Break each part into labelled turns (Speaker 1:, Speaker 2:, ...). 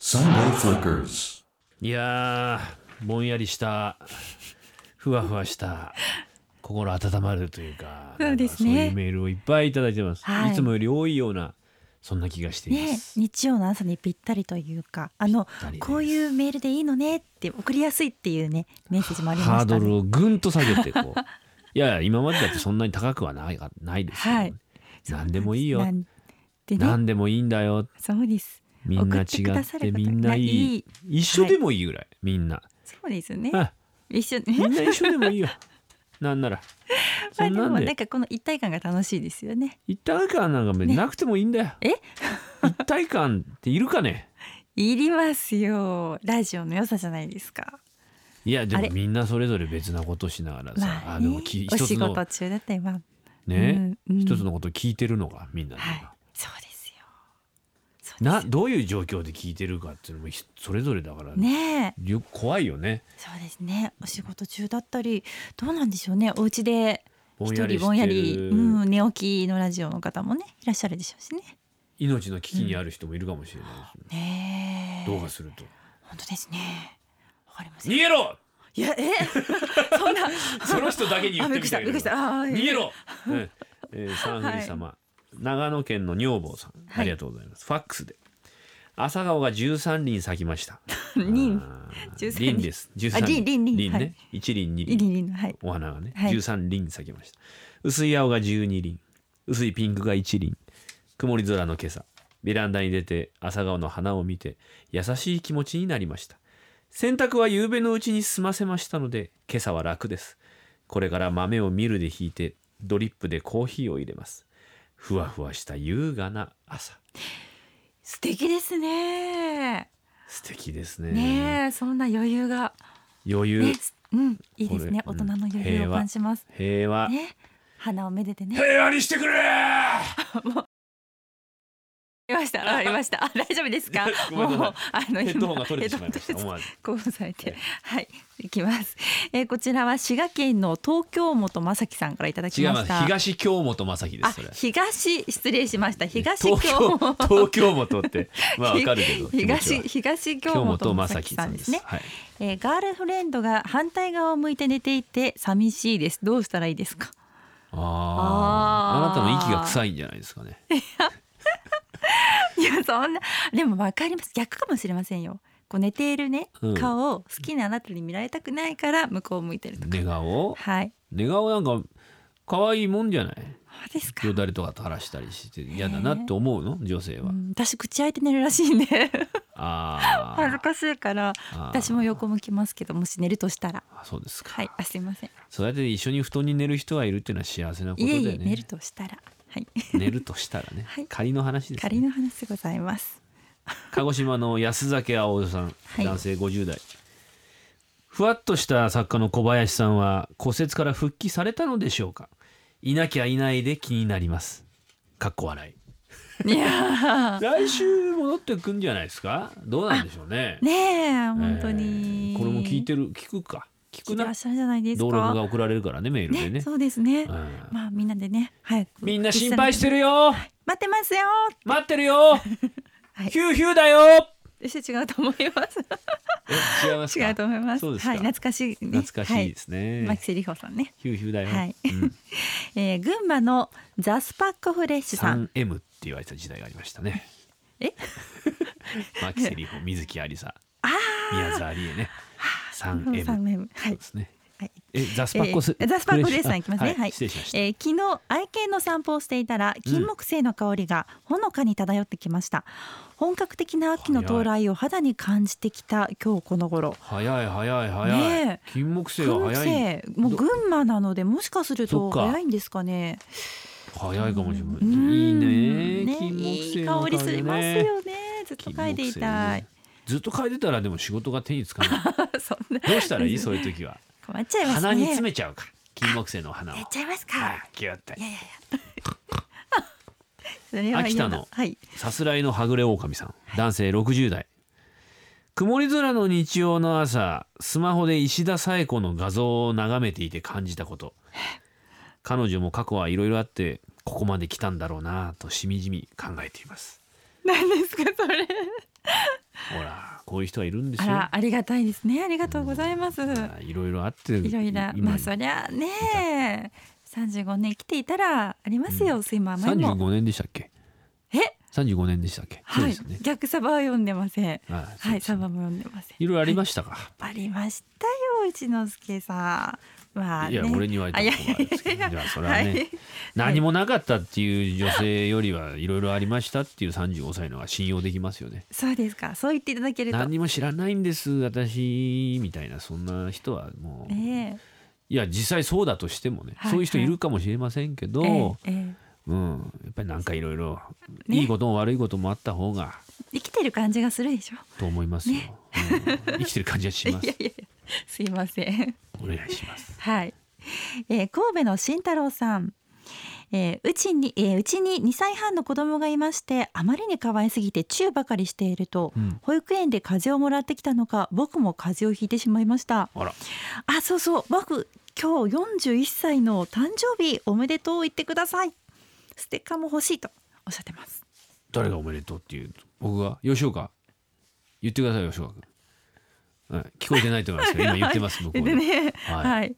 Speaker 1: Sunday Flickers.
Speaker 2: いやーぼんやりしたふわふわした心温まるというか
Speaker 3: そうですね
Speaker 2: なんかそういうメールをいっぱいいただいてます、
Speaker 3: はい
Speaker 2: い、つもより多いようなそんな気がしていま
Speaker 3: ね
Speaker 2: す、
Speaker 3: 日曜の朝にぴったりというかあの
Speaker 2: たりです
Speaker 3: こういうメールでいいのねって送りやすいっていうねメッセージもありましたね
Speaker 2: ハードルをぐんと下げてこう いやいや今までだってそんなに高くはないがないですけど、
Speaker 3: はい
Speaker 2: 何でもいいよ
Speaker 3: なんでね
Speaker 2: 何でもいいんだよ
Speaker 3: そうです
Speaker 2: みんな違
Speaker 3: 送ってくだ
Speaker 2: っ
Speaker 3: さ
Speaker 2: て
Speaker 3: る方
Speaker 2: みんない
Speaker 3: い
Speaker 2: い
Speaker 3: い
Speaker 2: 一緒でもいいぐらい、みんな、
Speaker 3: そうですね
Speaker 2: あ
Speaker 3: 一緒
Speaker 2: み
Speaker 3: ね
Speaker 2: んな一緒でもいいよなんなら
Speaker 3: ま
Speaker 2: そ
Speaker 3: あ
Speaker 2: ん
Speaker 3: で
Speaker 2: なん
Speaker 3: もな
Speaker 2: で
Speaker 3: んかこの一体感が楽しいですよね
Speaker 2: 一体感なんか別になくてもいいんだよ、
Speaker 3: え
Speaker 2: 一体感っているかね
Speaker 3: いりますよラジオの良さじゃないですか
Speaker 2: いやで
Speaker 3: あ
Speaker 2: も
Speaker 3: れ
Speaker 2: みんなそれぞれ別なことしながらさ、
Speaker 3: まあ
Speaker 2: あの
Speaker 3: ね
Speaker 2: き
Speaker 3: お
Speaker 2: 一つ
Speaker 3: 仕
Speaker 2: の
Speaker 3: 事中だったりは
Speaker 2: ね、
Speaker 3: うんうん
Speaker 2: 一つのことを聞いてるのがみんなで、
Speaker 3: はいそうですよそうで
Speaker 2: などういう状況で聞いてるかっていうのもひそれぞれだから、
Speaker 3: すねえ
Speaker 2: よ怖いよね
Speaker 3: そうですねお仕事中だったりどうなんでしょうねお家で
Speaker 2: ぼん
Speaker 3: 一
Speaker 2: やりして
Speaker 3: 人
Speaker 2: る
Speaker 3: ぼんやり、うん、寝起きのラジオの方もねいらっしゃるでしょうしね
Speaker 2: 命の危機にある人もいるかもしれないし、
Speaker 3: ねえ
Speaker 2: どうかすると
Speaker 3: 本当ですねわかり
Speaker 2: 「
Speaker 3: ます
Speaker 2: 逃げ ろ!
Speaker 3: いやえそんな」
Speaker 2: その人だ けに言っ
Speaker 3: あ
Speaker 2: て
Speaker 3: びっくり
Speaker 2: み
Speaker 3: した
Speaker 2: た
Speaker 3: び
Speaker 2: けど
Speaker 3: っくりしたあー
Speaker 2: 逃げろ、うんえー、三藤様、長野県の女房さん
Speaker 3: はい
Speaker 2: ありがとうございます、ファックスで朝顔が13輪咲きました
Speaker 3: 人
Speaker 2: あー
Speaker 3: 13輪
Speaker 2: 輪です13
Speaker 3: あ輪輪輪
Speaker 2: 輪
Speaker 3: は
Speaker 2: ね
Speaker 3: い
Speaker 2: 一輪二
Speaker 3: いり
Speaker 2: 輪
Speaker 3: りのはい
Speaker 2: お花がね
Speaker 3: はい
Speaker 2: 13輪咲きました薄い青が12輪薄いピンクが1輪曇り空の今朝ベランダに出て朝顔の花を見て優しい気持ちになりました洗濯は夕べのうちに済ませましたので今朝は楽ですこれから豆をミルでひいてドリップでコーヒーを入れますふわふわした優雅な朝
Speaker 3: 素敵ですね
Speaker 2: 素敵ですね
Speaker 3: ねえそんな余裕が
Speaker 2: 余裕、
Speaker 3: ねうんいいですね
Speaker 2: こ
Speaker 3: 大
Speaker 2: れ
Speaker 3: 人の余
Speaker 2: うん
Speaker 3: 裕
Speaker 2: 平
Speaker 3: を
Speaker 2: 和
Speaker 3: 感じます
Speaker 2: 平和、
Speaker 3: ね花をめでてね
Speaker 2: 平和にしてくれ
Speaker 3: ありましたありましたあ大丈夫ですか
Speaker 2: ご
Speaker 3: も
Speaker 2: めんなさいう
Speaker 3: あの
Speaker 2: ヘッドホン
Speaker 3: 今
Speaker 2: が取れてしまいまし
Speaker 3: ヘッ
Speaker 2: た
Speaker 3: ドホン
Speaker 2: 思わず
Speaker 3: 興奮されて
Speaker 2: え、
Speaker 3: はい、いきます。えーこちらは滋賀県の東京本正樹さんからいただき
Speaker 2: 違い
Speaker 3: ま
Speaker 2: ま
Speaker 3: し
Speaker 2: す
Speaker 3: た。
Speaker 2: 東京本正樹で
Speaker 3: あ
Speaker 2: すそれ、
Speaker 3: 東、失礼しました。東京
Speaker 2: 東京東京本 ってまあわかるけど
Speaker 3: 東、
Speaker 2: 気持ち
Speaker 3: 東京
Speaker 2: は京本
Speaker 3: 本
Speaker 2: 正
Speaker 3: 正
Speaker 2: 樹
Speaker 3: 樹
Speaker 2: さ
Speaker 3: さ
Speaker 2: ん
Speaker 3: ん
Speaker 2: で
Speaker 3: ですすね。
Speaker 2: はい、
Speaker 3: えーガールフレンドが反対側を向いて寝ていて、寂しいです。どうしたらいいです か。
Speaker 2: あああな
Speaker 3: あー
Speaker 2: たの息が臭いんじゃないですかね
Speaker 3: いや、そんな、でも、わかります。逆かもしれませんよ。こう寝ているね、
Speaker 2: うん
Speaker 3: 顔を好きなあなたに見られたくないから、向こうを向いてるとか。
Speaker 2: 寝顔
Speaker 3: はい。
Speaker 2: 寝顔なんか可愛いもんじゃない
Speaker 3: そうですか。
Speaker 2: よだれとか垂らしたりして嫌だなって思うの女性は、
Speaker 3: うん私口開いて寝るらしいんで
Speaker 2: あ
Speaker 3: 恥ず
Speaker 2: ー
Speaker 3: かしいから
Speaker 2: あー
Speaker 3: 私も横向きますけどもし寝るとしたら
Speaker 2: あそうですか、
Speaker 3: はいあすいません
Speaker 2: そうやって一緒に布団に寝る人がいるっていうのは幸せなこと
Speaker 3: い
Speaker 2: だよ
Speaker 3: えい
Speaker 2: ね
Speaker 3: え寝るとしたらはい
Speaker 2: 寝るとしたらね、
Speaker 3: はい
Speaker 2: 仮の話です、ね、
Speaker 3: 仮の話でござい ます
Speaker 2: 鹿児島の安酒青さん、
Speaker 3: はい
Speaker 2: 男性50代ふわっとした作家の小林さんは骨折から復帰されたのでしょうかいなきゃいないで気になりますかっこ笑い
Speaker 3: いやー
Speaker 2: 来週戻ってくんじゃないですかどうなんでしょうね
Speaker 3: ねえ本当に、
Speaker 2: えーこれも聞いてる聞くか聞
Speaker 3: 聞
Speaker 2: く
Speaker 3: いてら
Speaker 2: な
Speaker 3: っしゃるじゃないです
Speaker 2: 道路
Speaker 3: か
Speaker 2: が送られるからねメールで
Speaker 3: ね
Speaker 2: ね
Speaker 3: そうですね、
Speaker 2: うん
Speaker 3: まあみんなでね早く
Speaker 2: みんな心配し
Speaker 3: る
Speaker 2: てるよ
Speaker 3: 待ってますよ
Speaker 2: 待ってるよ
Speaker 3: はい
Speaker 2: ヒューヒューだよ
Speaker 3: 私違うと思います
Speaker 2: え違いますか
Speaker 3: 違うと思います
Speaker 2: そうですか
Speaker 3: はい懐かしい、ね、
Speaker 2: 懐かしいですね、
Speaker 3: はい、牧瀬里穂さんね
Speaker 2: ヒューヒューだよ、
Speaker 3: はい
Speaker 2: うん
Speaker 3: えー、群馬のザスパッコフレッシュさん
Speaker 2: 3M って言われた時代がありましたね。
Speaker 3: え
Speaker 2: 牧瀬里穂、水木有沙、
Speaker 3: あ
Speaker 2: 宮沢りえね。
Speaker 3: ー
Speaker 2: 3M。
Speaker 3: 三 M は
Speaker 2: そう
Speaker 3: い
Speaker 2: ですね。
Speaker 3: はい
Speaker 2: え、ザスパッコス、
Speaker 3: えーザスパッコレースさんいきますね
Speaker 2: あ
Speaker 3: はい
Speaker 2: 失礼しました。
Speaker 3: えー昨日愛犬の散歩をしていたら金木犀の香りがほのかに漂ってきました、本格的な秋の到来を肌に感じてきた今日この頃
Speaker 2: 早い早い早い。
Speaker 3: ね
Speaker 2: 金木犀
Speaker 3: 金
Speaker 2: は
Speaker 3: 木
Speaker 2: 早い。
Speaker 3: 犀もう群馬なのでもしかする
Speaker 2: そ
Speaker 3: と
Speaker 2: っか
Speaker 3: 早いんですかね
Speaker 2: 早いかもしれない。
Speaker 3: うん
Speaker 2: いいね。
Speaker 3: ね
Speaker 2: 金木
Speaker 3: い
Speaker 2: 犀
Speaker 3: い
Speaker 2: の
Speaker 3: 香りす
Speaker 2: ね
Speaker 3: りますよねずっと
Speaker 2: 金
Speaker 3: 嗅いで
Speaker 2: 木
Speaker 3: い
Speaker 2: 犀
Speaker 3: たい、
Speaker 2: ね。ずっと嗅いでたらでも仕事が手につかない。
Speaker 3: そんな
Speaker 2: どうしたらいいそういう時は。
Speaker 3: 困っちゃいますね
Speaker 2: 鼻に詰めちゃうか。金木犀の花を。
Speaker 3: やっちゃいますか、
Speaker 2: はい、ギュって
Speaker 3: い。やいやいや それは嫌だ
Speaker 2: 秋田の
Speaker 3: はい
Speaker 2: さすらいのはぐれ狼さん男性60代曇り空の日曜の朝スマホで石田紗恵子の画像を眺めていて感じた こと彼女も過去はいろいろあってここまで来たんだろうなとしみじみ考えています
Speaker 3: 何ですかそれ
Speaker 2: ほらこういう人がいるんです
Speaker 3: あ
Speaker 2: よ。
Speaker 3: らありがたいですねありがとうございます、
Speaker 2: あいろいろあって
Speaker 3: いろいろまあそりゃね35年生きていたらありますよ、睡魔前
Speaker 2: 三
Speaker 3: も
Speaker 2: 35年でしたっけ
Speaker 3: え
Speaker 2: 35年でしたっけ、そう
Speaker 3: は
Speaker 2: で
Speaker 3: い、
Speaker 2: すよね
Speaker 3: 逆サバは読んでません
Speaker 2: あそう
Speaker 3: は
Speaker 2: で
Speaker 3: い
Speaker 2: す
Speaker 3: サ
Speaker 2: ね
Speaker 3: バも読んでません
Speaker 2: いろいろありま
Speaker 3: し
Speaker 2: したか、
Speaker 3: た、はいありましたよ一之輔さんまあ、
Speaker 2: い
Speaker 3: ね、
Speaker 2: や俺に言われたことはあれですけ
Speaker 3: あい
Speaker 2: ど
Speaker 3: やい
Speaker 2: じ
Speaker 3: や
Speaker 2: ゃあそれはね、
Speaker 3: はい
Speaker 2: 何もなかったっていう女性よりはいろいろありましたっていう35歳の方が信用できますよね
Speaker 3: そうですかそう言っていただけると
Speaker 2: 何にも知らないんです私みたいなそんな人はもう、
Speaker 3: ね
Speaker 2: いや実際そうだとしてもね、
Speaker 3: はい
Speaker 2: そういう人いるかもしれませんけど、
Speaker 3: ええええ
Speaker 2: うん、やっぱりなんかいろいろ
Speaker 3: ね
Speaker 2: いいことも悪いこともあった方が
Speaker 3: 生きてる感じがするでしょ
Speaker 2: と思いますよ、うん生きてる感じがしま
Speaker 3: い
Speaker 2: す
Speaker 3: やいやいやすいません
Speaker 2: お願いします
Speaker 3: はい、えー神戸の慎太郎さん。えーうちに、えーうちに2歳半の子供がいましてあまりに可愛すぎてチューばかりしていると、
Speaker 2: うん
Speaker 3: 保育園で風邪をもらってきたのか僕も風邪をひいてしまいました
Speaker 2: あら
Speaker 3: あそうそう僕今日41歳の誕生日おめでとう言ってくださいステッカーも欲しいとおっしゃってます
Speaker 2: 誰がおめでとうっていう僕が吉岡言ってください吉岡君、はい、聞こえてないと思いますけど今言ってます向こ
Speaker 3: で
Speaker 2: うに
Speaker 3: ね
Speaker 2: は
Speaker 3: はいい、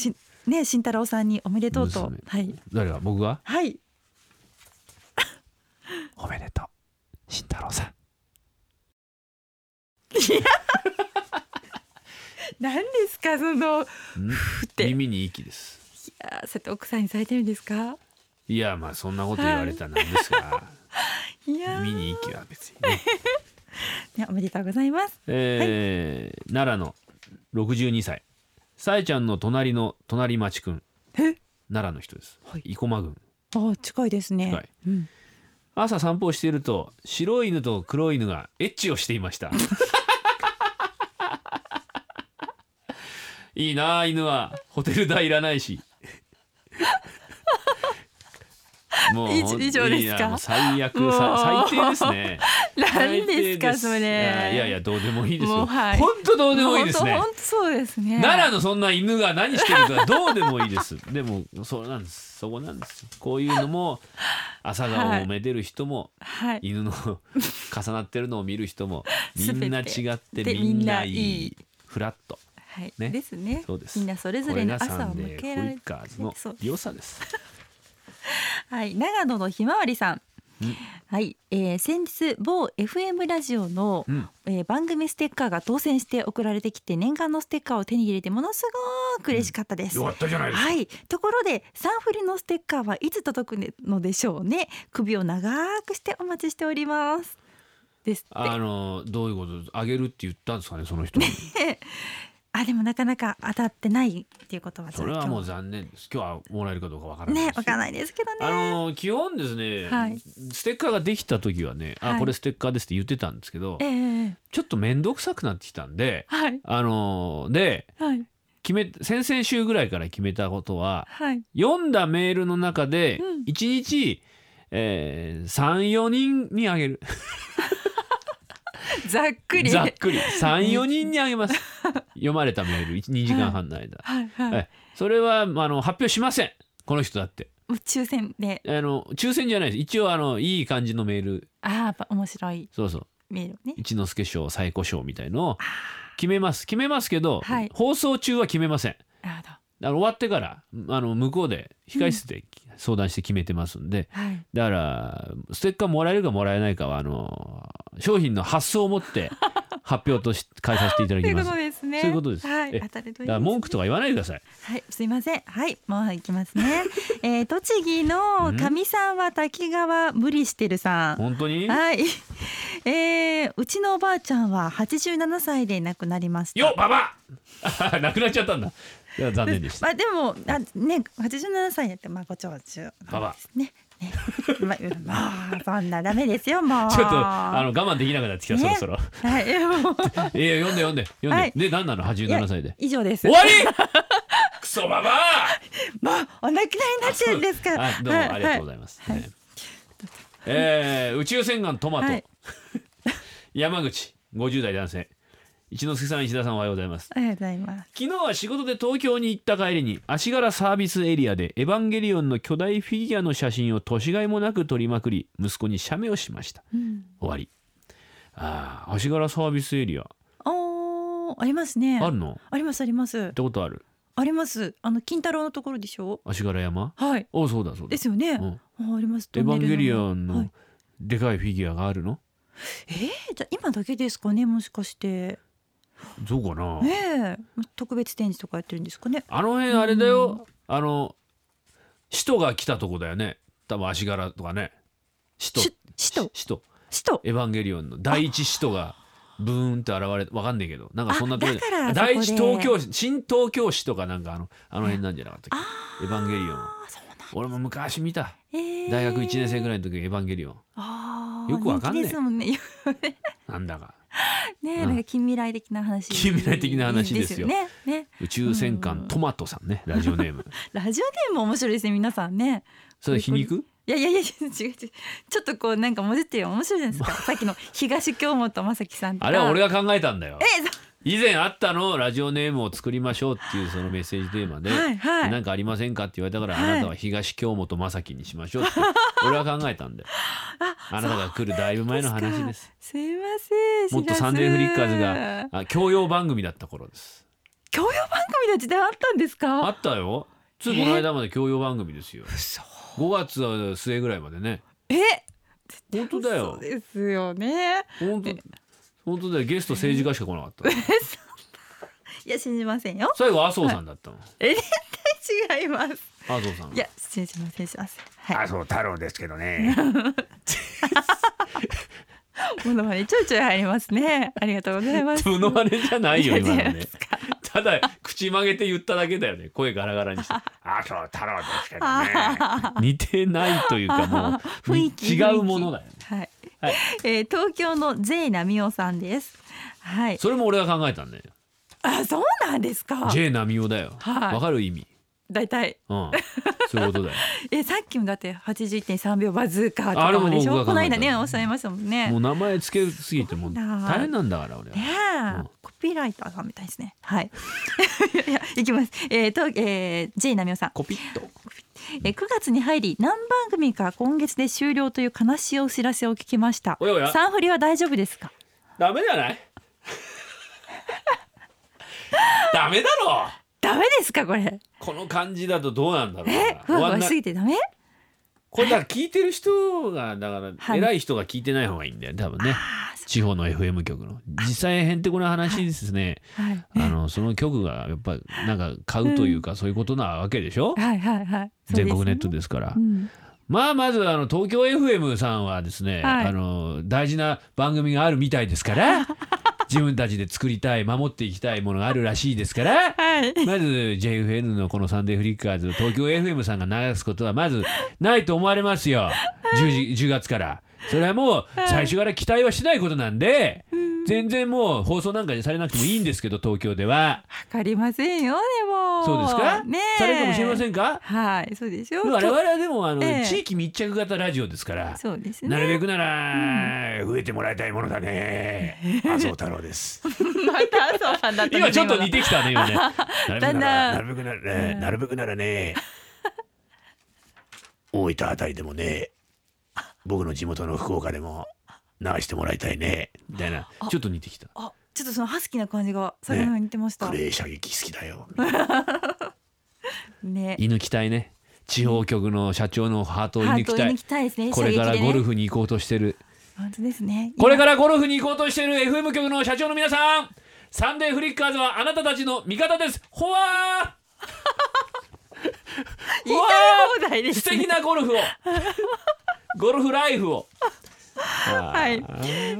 Speaker 3: しね慎太郎さんにおめでとうと
Speaker 2: 娘
Speaker 3: はい
Speaker 2: 誰が僕が
Speaker 3: はい
Speaker 2: おめでとう慎太郎さん
Speaker 3: 何ですかそのて
Speaker 2: 耳に息です
Speaker 3: あそうやって奥さんにされてるんですか
Speaker 2: いやまあそんなこと言われたらなんです が、
Speaker 3: いやー
Speaker 2: 耳に息は別にね、
Speaker 3: ね、おめでとうございます。
Speaker 2: えー奈良の62歳さえちゃんの隣の隣町くん
Speaker 3: え
Speaker 2: 奈良の人です、
Speaker 3: はい
Speaker 2: 生駒郡
Speaker 3: あ、近いですね。
Speaker 2: 近い
Speaker 3: うん、
Speaker 2: 朝散歩をしていると白い犬と黒い犬がエッチをしていました いいなあ犬はホテル代いらない しも
Speaker 3: 以上以上ですか
Speaker 2: いやもう最悪
Speaker 3: もう
Speaker 2: さ最低ですね
Speaker 3: 何ですか、
Speaker 2: 最低
Speaker 3: それ。
Speaker 2: いやいやどうでもいいです
Speaker 3: も
Speaker 2: よ
Speaker 3: うはい
Speaker 2: 本当どうでもいいですね
Speaker 3: 本当、本当そうですね。
Speaker 2: 奈良のそんな犬が何してるかどうでもいいです。でもそうなんです。そこなんですよ。こういうのも朝顔をめでる人も、
Speaker 3: はい。
Speaker 2: 犬の重なってるのを見る人もみんな
Speaker 3: 全て
Speaker 2: 違って
Speaker 3: で
Speaker 2: みんない
Speaker 3: みんない
Speaker 2: い
Speaker 3: い
Speaker 2: フラット。
Speaker 3: はい。
Speaker 2: ね
Speaker 3: ですね。
Speaker 2: そうです
Speaker 3: みんなそれぞ
Speaker 2: こ
Speaker 3: れ
Speaker 2: れ
Speaker 3: の
Speaker 2: が
Speaker 3: 朝
Speaker 2: サ
Speaker 3: を
Speaker 2: ン
Speaker 3: 向
Speaker 2: デ
Speaker 3: けら
Speaker 2: ー
Speaker 3: れ
Speaker 2: フイカーズ
Speaker 3: ね
Speaker 2: の
Speaker 3: そう
Speaker 2: 良さ です。
Speaker 3: はい、長野のひまわりさん
Speaker 2: うん。
Speaker 3: はい、えー、先日某 FM ラジオの、
Speaker 2: うん
Speaker 3: えー番組ステッカーが当選して送られてきて念願のステッカーを手に入れてものすごく嬉しかったです。
Speaker 2: ったじゃな
Speaker 3: はい、ところでサンフリのステッカーはいつ届くのでしょうね。首を長くしてお待ちしております。ですって。
Speaker 2: あのどういうことあげるって言ったんですかねその人に。
Speaker 3: あ、でもなかなか当たってないっていうことはちょ
Speaker 2: そ
Speaker 3: っ
Speaker 2: れ
Speaker 3: と
Speaker 2: はもう
Speaker 3: 今
Speaker 2: 残念です。今日はもらえるかどうかわから
Speaker 3: 日
Speaker 2: ない
Speaker 3: ね、
Speaker 2: です。
Speaker 3: わからないですけど
Speaker 2: あ
Speaker 3: ね。
Speaker 2: のー基本ですね、
Speaker 3: はい
Speaker 2: ステッカーができた時はね、
Speaker 3: は
Speaker 2: あ
Speaker 3: い
Speaker 2: これステッカーですって言ってたんですけど、
Speaker 3: ええ
Speaker 2: ちょっと面倒くさくなってきたんで、
Speaker 3: はい
Speaker 2: あのーで
Speaker 3: はい
Speaker 2: 決め先々週ぐらいから決めたことは
Speaker 3: はい。
Speaker 2: 読んだメールの中で
Speaker 3: うん
Speaker 2: 1日、えー34人にあげる
Speaker 3: ざっくり。
Speaker 2: ざっく り34人にあげます読まれたメール2時間半の間、
Speaker 3: はいはい。
Speaker 2: はいそれはまああの発表しませんこの人だって
Speaker 3: もう抽選で、
Speaker 2: あの抽選じゃないです一応あのいい感じのメール
Speaker 3: ああ、やっぱ面白い
Speaker 2: そうそう
Speaker 3: メールをね。
Speaker 2: 一之輔賞最高賞みたいのを決めます決めますけど、
Speaker 3: はい
Speaker 2: 放送中は決めません
Speaker 3: なるほ
Speaker 2: あの終わってからあの向こうで控室で相談して決めてますんで、
Speaker 3: ど。はい。
Speaker 2: だからステッカーもらえるかもらえないかはあの商品の発送を持って発表とし変えさせていただ
Speaker 3: とい
Speaker 2: き
Speaker 3: う
Speaker 2: ま
Speaker 3: こ
Speaker 2: す
Speaker 3: と
Speaker 2: だか
Speaker 3: ですね。
Speaker 2: そういうことです
Speaker 3: は
Speaker 2: え
Speaker 3: い、当たるといいです
Speaker 2: ら
Speaker 3: ね。
Speaker 2: 文句とか言わないでください
Speaker 3: はい、すいません。はい、もういきますね。えー、栃木の上さんは滝川無理してるさん。
Speaker 2: 本当に
Speaker 3: はい。えー、うちのおばあちゃんは87歳で亡くなりました。
Speaker 2: よっババアなくなっちゃったんだいや残念でした
Speaker 3: まあでもあね87歳やってまあご長寿なん
Speaker 2: ババア
Speaker 3: ですね。ね まあまあそんなダメですよもう。
Speaker 2: ちょっとあの我慢できなくなってきた、
Speaker 3: ね
Speaker 2: そろそろ
Speaker 3: はいえもう
Speaker 2: いや読んで読んで読んで、
Speaker 3: はい
Speaker 2: で何なの87歳で
Speaker 3: 以上です。
Speaker 2: 終わりクソババア
Speaker 3: もうお亡くなりになっちゃうんですから。
Speaker 2: あどうもありがとうご
Speaker 3: は
Speaker 2: ざいます。
Speaker 3: はい
Speaker 2: ねえー宇宙戦艦トマト、
Speaker 3: はい
Speaker 2: 山口50代男性一之輔さん石田さんおはようございます。
Speaker 3: いありがとうございます。
Speaker 2: 昨日は仕事で東京に行った帰りに足柄サービスエリアでエヴァンゲリオンの巨大フィギュアの写真を年がいもなく撮りまくり息子に写メをしました。
Speaker 3: うん
Speaker 2: 終わりああ足柄サービスエリア
Speaker 3: ああありますね
Speaker 2: あるの行
Speaker 3: ありますあります
Speaker 2: ったことある
Speaker 3: ありますあの金太郎のところでしょ
Speaker 2: 足柄山
Speaker 3: はい
Speaker 2: おそうだそうだ
Speaker 3: ですよね、
Speaker 2: うん
Speaker 3: ああります
Speaker 2: エヴァンゲリオン
Speaker 3: は
Speaker 2: の
Speaker 3: い
Speaker 2: でかいフィギュアがあるの
Speaker 3: えー、じゃあ今だけですかねもしかして
Speaker 2: そうかな
Speaker 3: ねえ特別展示とかやってるんですかね
Speaker 2: あの辺あれだよあの使徒が来たとこだよね多分足柄とかね使徒
Speaker 3: し使徒
Speaker 2: 使徒
Speaker 3: 使徒
Speaker 2: エヴァンゲリオンの第一使徒がブーンって現れわかんないけどなんかそんなとこで
Speaker 3: あだからそこ
Speaker 2: 第
Speaker 3: で
Speaker 2: 一東京市新東京市とかなんかあのあの辺なんじゃなかったっけエヴァンゲリオン
Speaker 3: ああそうなんだ
Speaker 2: 俺も昔見た
Speaker 3: えー
Speaker 2: 大学1年生ぐらいの時エヴァンゲリオン
Speaker 3: ああ
Speaker 2: よくわかんねえ
Speaker 3: 人気ですもんね
Speaker 2: なんだか
Speaker 3: ね
Speaker 2: う
Speaker 3: え
Speaker 2: ん
Speaker 3: なんか近未来的な話
Speaker 2: 近未来的な話ですよ
Speaker 3: ねね
Speaker 2: 宇宙戦艦トマトさんねラジオネーム
Speaker 3: ラジオネーム面白いですね皆さんね
Speaker 2: それ皮 肉
Speaker 3: いやいやいや違う違うちょっとこうなんかもじってるよ面白いじゃないですかさっきの東京本正樹さんとか
Speaker 2: あれは俺が考えたんだよ
Speaker 3: えそ
Speaker 2: 以前あったのをラジオネームを作りましょうっていうそのメッセージテーマで
Speaker 3: はいはい
Speaker 2: なんかありませんかって言われたから
Speaker 3: はい
Speaker 2: あなたは東京本正樹にしましょうって俺は考えたん だよあなたが来るだいぶ前の話です
Speaker 3: すいません
Speaker 2: もっと
Speaker 3: しらす
Speaker 2: サンデーフリッカーズがあ教養番組だった頃です
Speaker 3: 教養番組の時代あったんです
Speaker 2: あ
Speaker 3: か
Speaker 2: ったよついこの間まで教養番組ですよ5月は末ぐらいまでね
Speaker 3: え
Speaker 2: 本当だよ
Speaker 3: そうですよね
Speaker 2: 本当本当だよゲスト政治家しか来なかった
Speaker 3: いや信じませんよ
Speaker 2: 最後麻生さんだったの
Speaker 3: え絶対違います
Speaker 2: 麻生さん
Speaker 3: いや信じませんしますは
Speaker 1: 麻
Speaker 3: い
Speaker 1: 生太郎ですけ どね。
Speaker 3: ものまねちょいちょい入りますねありがとうございます
Speaker 2: ぶのまねじゃないよ
Speaker 3: いや
Speaker 2: 今の
Speaker 3: 違いま
Speaker 2: ねただ口曲げて言っただけだよね声ガラガラ にして
Speaker 1: 麻生太郎ですけどね。
Speaker 3: あ
Speaker 2: 似てないというかもう
Speaker 3: 雰囲気
Speaker 2: 違うものだよね
Speaker 3: ーはい、
Speaker 2: はい
Speaker 3: えー東京の税奈美桜さんですはい
Speaker 2: それも俺が考えたんだよ
Speaker 3: あそうなんですか
Speaker 2: J ナミオだよ
Speaker 3: はい
Speaker 2: わかる意味
Speaker 3: 大体
Speaker 2: うんそういうことだよ
Speaker 3: えさっきもだって81.3秒バズーカーとかもでし
Speaker 2: あれも僕
Speaker 3: ょ
Speaker 2: が
Speaker 3: こ
Speaker 2: 考
Speaker 3: の
Speaker 2: えた
Speaker 3: 間ねおっしゃいましたもんね
Speaker 2: もう
Speaker 3: ね
Speaker 2: 名前つけすぎてもう
Speaker 3: すごいな
Speaker 2: 大変なんだから俺は
Speaker 3: え、
Speaker 2: うん
Speaker 3: コピーライターさんみたいですねはい いやいきますえー、とえー、J 奈美桜さん
Speaker 2: コピッと
Speaker 3: えー9月に入り何番組か今月で終了という悲しいお知らせを聞きました
Speaker 2: おやおや
Speaker 3: サンフリは大丈夫ですか
Speaker 2: ダメじゃない ダメだろ
Speaker 3: ダメですかこれ
Speaker 2: この感じだとどうなんだろう
Speaker 3: え
Speaker 2: な
Speaker 3: ふわふ
Speaker 2: 終わん
Speaker 3: わし
Speaker 2: な
Speaker 3: すぎてダメ
Speaker 2: これだから聞いてる人がだか
Speaker 3: は
Speaker 2: ら
Speaker 3: い
Speaker 2: 偉い人が聞いてない方がいいんだよ多分ね
Speaker 3: あーそ
Speaker 2: 地方の FM 局の実際へんてこな話ですね、
Speaker 3: はい
Speaker 2: あのその局がやっぱなんか買うというかそういうことなわけでしょ、
Speaker 3: はいはいはいそうです
Speaker 2: 全国ネットですから、
Speaker 3: うん
Speaker 2: まあまずあの東京 FM さんはですね、
Speaker 3: はい
Speaker 2: あの大事な番組があるみたいですから 自分たちで作りたい守っていきたいものがあるらしいですから
Speaker 3: はい
Speaker 2: まず JFN のこのサンデーフリッカーズを東京 FM さんが流すことはまずないと思われますよ 10, 時10月からそれはもう最初から期待はしないことなんで全然もう放送なんかにされなくてもいいんですけど東京では
Speaker 3: わかりませんよでも
Speaker 2: そうですか、
Speaker 3: ね
Speaker 2: されるかもしれませ
Speaker 3: ん
Speaker 2: んか
Speaker 3: はいそうでしょ
Speaker 2: 我々はでもあの、
Speaker 3: ええ
Speaker 2: 地域密着型ラジオですから
Speaker 3: そうです
Speaker 2: な
Speaker 3: ね
Speaker 2: るべくなら、
Speaker 1: 増えてもらいたいものだね。麻生太郎です。
Speaker 3: またそうなんだったんで す
Speaker 2: 今ちょっと似てきたね今ね
Speaker 1: なるべ
Speaker 3: だ
Speaker 1: く
Speaker 3: ん
Speaker 1: なら、
Speaker 3: だ
Speaker 1: なんるべくならね、なるべくならね。大分あたりでもね。僕の地元の福岡でも。流してもらいたいね。
Speaker 2: みたいなちょっと似てきた
Speaker 3: あちょっとそのハスキーな感じが先ほど似てました
Speaker 1: クレー射撃好きだよ。
Speaker 3: ね
Speaker 2: 犬きたいね地方局の社長のハートを射
Speaker 3: ハ
Speaker 2: 抜
Speaker 3: ー
Speaker 2: き
Speaker 3: トを
Speaker 2: た
Speaker 3: 射
Speaker 2: い
Speaker 3: 抜きたいですね
Speaker 2: これから
Speaker 3: 射撃で
Speaker 2: ゴ
Speaker 3: ね
Speaker 2: ルフに行こうとしてる、
Speaker 3: 本当ですね
Speaker 2: これからゴルフに行こうとしてる FM 局の社長の皆さんサンデーフリッカーズはあなたたちの味方ですほ わー
Speaker 3: 言い
Speaker 2: ほわ
Speaker 3: たい放題で
Speaker 2: ー素
Speaker 3: すね
Speaker 2: 敵なゴルフをゴルフライフを
Speaker 3: はい
Speaker 2: あー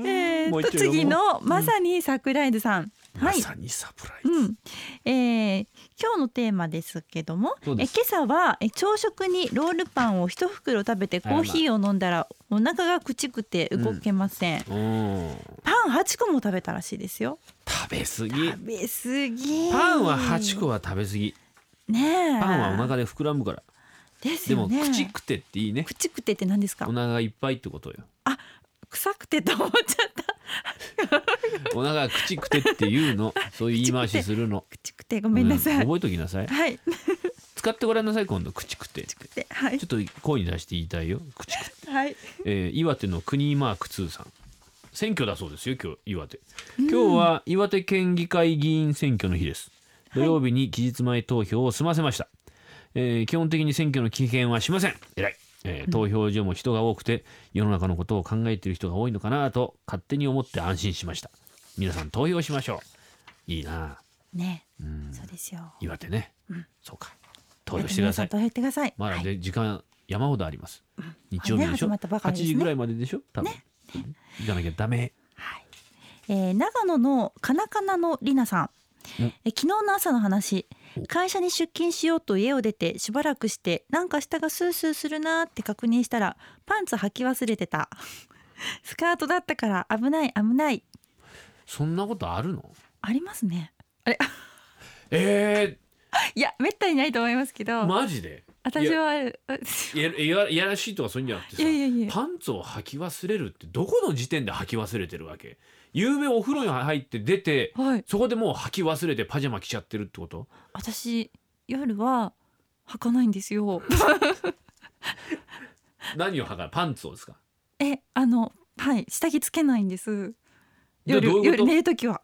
Speaker 3: え
Speaker 2: もう
Speaker 3: ー、
Speaker 2: 一丁読もう
Speaker 3: 栃木のまさに桜井さん、
Speaker 1: ま
Speaker 3: はい、
Speaker 1: さにサプライズ。
Speaker 3: うんえー今日のテーマですけどもえ
Speaker 2: そう
Speaker 3: 今
Speaker 2: です
Speaker 3: 朝はえ朝食にロールパンを一袋食べてコーヒーを飲んだらお腹がくちくて動けませ
Speaker 2: うん
Speaker 3: ん、パン8個も食べたらしいですよ
Speaker 2: 食べ過ぎ
Speaker 3: 食べ過ぎ
Speaker 2: パンは8個は食べ過ぎ
Speaker 3: ねえ
Speaker 2: パンはお腹で膨らむから
Speaker 3: です
Speaker 2: で
Speaker 3: よ
Speaker 2: も
Speaker 3: ね
Speaker 2: 口くてっていいね
Speaker 3: くちくてって何です
Speaker 2: お
Speaker 3: か
Speaker 2: 腹がいっぱいってことよ
Speaker 3: 臭くてと思っちゃ った
Speaker 2: お腹が口くてっていう のそういう言い回しするの
Speaker 3: くちくてごめんなさい、
Speaker 2: う覚えときなさい
Speaker 3: はいく
Speaker 2: 使ってごらんなさい今度口くてち
Speaker 3: ちくてはい
Speaker 2: ょっと声に出して言いたいよ口くて、
Speaker 3: はい
Speaker 2: えー岩手の国マーク2さん選挙だそうですよ今日岩手今日は岩手県議会議員選挙の日です土曜日に期日前投票を済ませました、えー基本的に選挙の期限はしません偉い、えー投票所も人が多くて世の中のことを考えている人が多いのかなと勝手に思って安心しました皆さん投票しましょういいなあ
Speaker 3: ね、そうですよ。
Speaker 2: 岩手ね、そうか投票してください
Speaker 3: 皆ん投票してください。
Speaker 2: まだ
Speaker 3: はい
Speaker 2: で時間山ほどあります。日曜日でしょ。
Speaker 3: ね始まったばか
Speaker 2: 8
Speaker 3: りですね
Speaker 2: 時ぐらいまででしょ。多分。行かなきゃダメ。
Speaker 3: はいえー長野のカナカナのりなさん
Speaker 2: ん
Speaker 3: えー昨日の朝の話
Speaker 2: お
Speaker 3: 会社に出勤しようと家を出てしばらくしてなんか下がスースーするなーって確認したらパンツ履き忘れてたスカートだったから危ない危ない
Speaker 2: そんなことあるの？
Speaker 3: ありますねあれ
Speaker 2: え
Speaker 3: いやめったにないと思いますけ
Speaker 2: え
Speaker 3: ど、
Speaker 2: マジで。
Speaker 3: 私はある
Speaker 2: いや。いやいやいやらしいとかそういうんじゃなくてさ
Speaker 3: いやいやいや
Speaker 2: パンツを履き忘れるってどこの時点で履き忘れてるわけ夕べお風呂に入って出て
Speaker 3: はい
Speaker 2: そこでもう履き忘れてパジャマ着ちゃってるってこと
Speaker 3: 私夜は履かないんですよ
Speaker 2: 何を履かないパンツをですか
Speaker 3: えあのはい下着つけないんです
Speaker 2: で
Speaker 3: 夜
Speaker 2: どういう
Speaker 3: 夜
Speaker 2: こと
Speaker 3: 寝るときは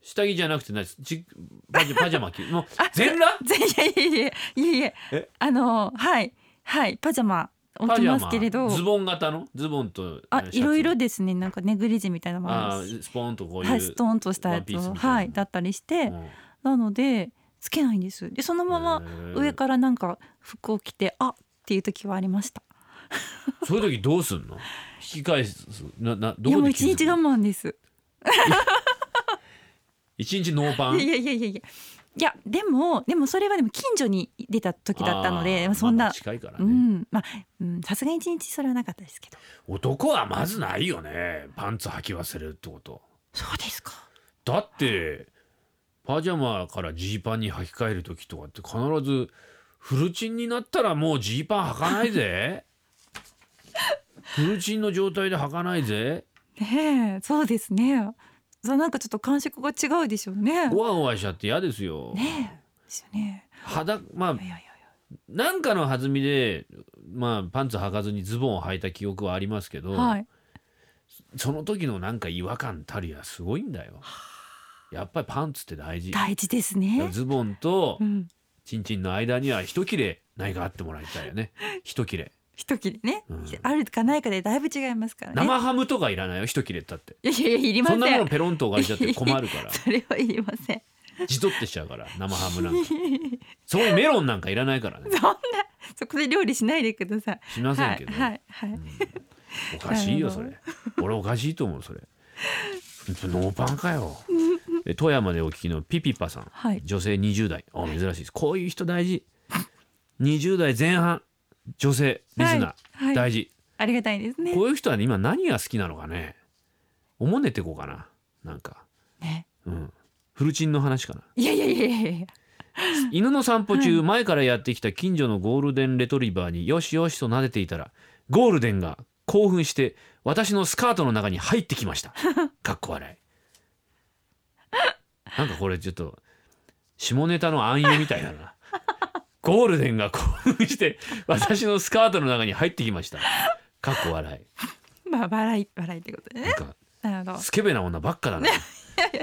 Speaker 2: 下着じゃなくて何ですちパジャパジャマ着る もう全裸
Speaker 3: 全いやいやいやいやいや
Speaker 2: え
Speaker 3: あのはいはいパジャマ置きますけれど
Speaker 2: ズボン型のズボンと
Speaker 3: あ
Speaker 2: シャツ
Speaker 3: いろいろですねなんかネグリジみたいなのもあ
Speaker 2: あ
Speaker 3: るし
Speaker 2: ースポーンとこういう、
Speaker 3: はいストーンとしたやつ
Speaker 2: ワンピース
Speaker 3: を
Speaker 2: みたいな
Speaker 3: はいだったりして、
Speaker 2: うん
Speaker 3: なのでつけないんですでそのまま上からなんか服を着てあっていう時はありました
Speaker 2: へーそういう時どうすんの引き返すななど
Speaker 3: いや
Speaker 2: こ
Speaker 3: もう
Speaker 2: で
Speaker 3: 一
Speaker 2: 気づく
Speaker 3: 日我慢です
Speaker 2: 一日ノーパ
Speaker 3: いやい
Speaker 2: ン
Speaker 3: やいやいやいやいやでもでもそれはでも近所に出た時だったのでそん
Speaker 2: ま
Speaker 3: な、
Speaker 2: だ近いからね、
Speaker 3: うんまあうんさすがに一日それはなかったですけど
Speaker 2: 男はまずないよねパンツ履き忘れるってこと
Speaker 3: そうですか
Speaker 2: だってパジャマからジーパンに履き替える時とかって必ずフルチンになったらもうジーパン履かない ぜフルチンの状態で履かないぜ
Speaker 3: ねえそうですねそうなんかちょっと感触が違うでしょうね
Speaker 2: ゴワゴワしちゃって嫌ですよ。
Speaker 3: ねえですよね
Speaker 2: 肌まあ
Speaker 3: いやいやいや
Speaker 2: なんかの弾みでまあパンツ履かずにズボンを履いた記憶はありますけど、
Speaker 3: はい
Speaker 2: その時のなんか違和感たるやすごいんだよ。やっぱりパンツって大事。
Speaker 3: 大事ですね
Speaker 2: ズボンと
Speaker 3: うん
Speaker 2: チンチンの間には一切れないがあってもらいたいよ ね。一切れ。
Speaker 3: 一切れね、
Speaker 2: うん
Speaker 3: あるかないかでだいぶ違いますからね
Speaker 2: 生ハムとかいらないよ一切れったって。
Speaker 3: いやいやいやいりませ
Speaker 2: そん
Speaker 3: ん
Speaker 2: なものペロンと置かれちゃって困るか ら
Speaker 3: それはいりません
Speaker 2: じとってしちゃうから生ハムなんか そ
Speaker 3: そん
Speaker 2: こにメロンなんかいらないからね
Speaker 3: なそこで料理しないでください
Speaker 2: しません
Speaker 3: は
Speaker 2: け
Speaker 3: い
Speaker 2: ど、
Speaker 3: はいはい
Speaker 2: おかしいよ
Speaker 3: な
Speaker 2: それ
Speaker 3: る
Speaker 2: 俺おかしいと思うそれノーパンか よえ富山でお聞きのピピパさん、
Speaker 3: はい
Speaker 2: 女性20代あ珍しいですこういう人大事20代前半女性リスナー、
Speaker 3: はいはい
Speaker 2: 大事
Speaker 3: ありがたいですね
Speaker 2: こういう人は、ね、今何が好きなのかねおもねてこうかななんか
Speaker 3: ね
Speaker 2: うんフルチンの話かない
Speaker 3: やいやいやいやいや
Speaker 2: 犬の散歩中、
Speaker 3: は
Speaker 2: 前からやってきた近所のゴールデンレトリバーによしよしと撫でていたらゴールデンが興奮して私のスカートの中に入ってきました かっこ笑いなんかこれちょっと下ネタの暗喩みたいだなゴールデンが興奮して私のスカートの中に入ってきましたかっこ笑
Speaker 3: まあ笑い笑いってことで
Speaker 2: いなん
Speaker 3: ね
Speaker 2: か
Speaker 3: なるほど
Speaker 2: スケベな女ばっかだ な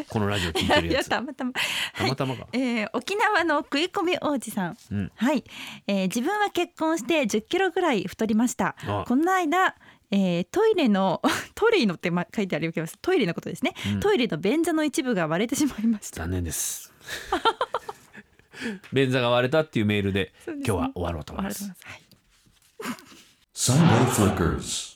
Speaker 2: このラジオ聞いてる
Speaker 3: い
Speaker 2: や
Speaker 3: や
Speaker 2: つた
Speaker 3: たまたまはい
Speaker 2: またまか、
Speaker 3: えー沖縄の食い込み王子さん、
Speaker 2: うん
Speaker 3: はい、えー自分は結婚して10キロぐらい太りました
Speaker 2: あ
Speaker 3: この間、えートイレの トイレのってま書いてあるけどトイレのことですね、
Speaker 2: うん
Speaker 3: トイレの便座の一部が割れてしまいました
Speaker 2: 残念です 便座が割れたっていうメールで
Speaker 3: そうですね
Speaker 2: 今日は終わろうと思います
Speaker 3: はい
Speaker 4: Sunday Flickers.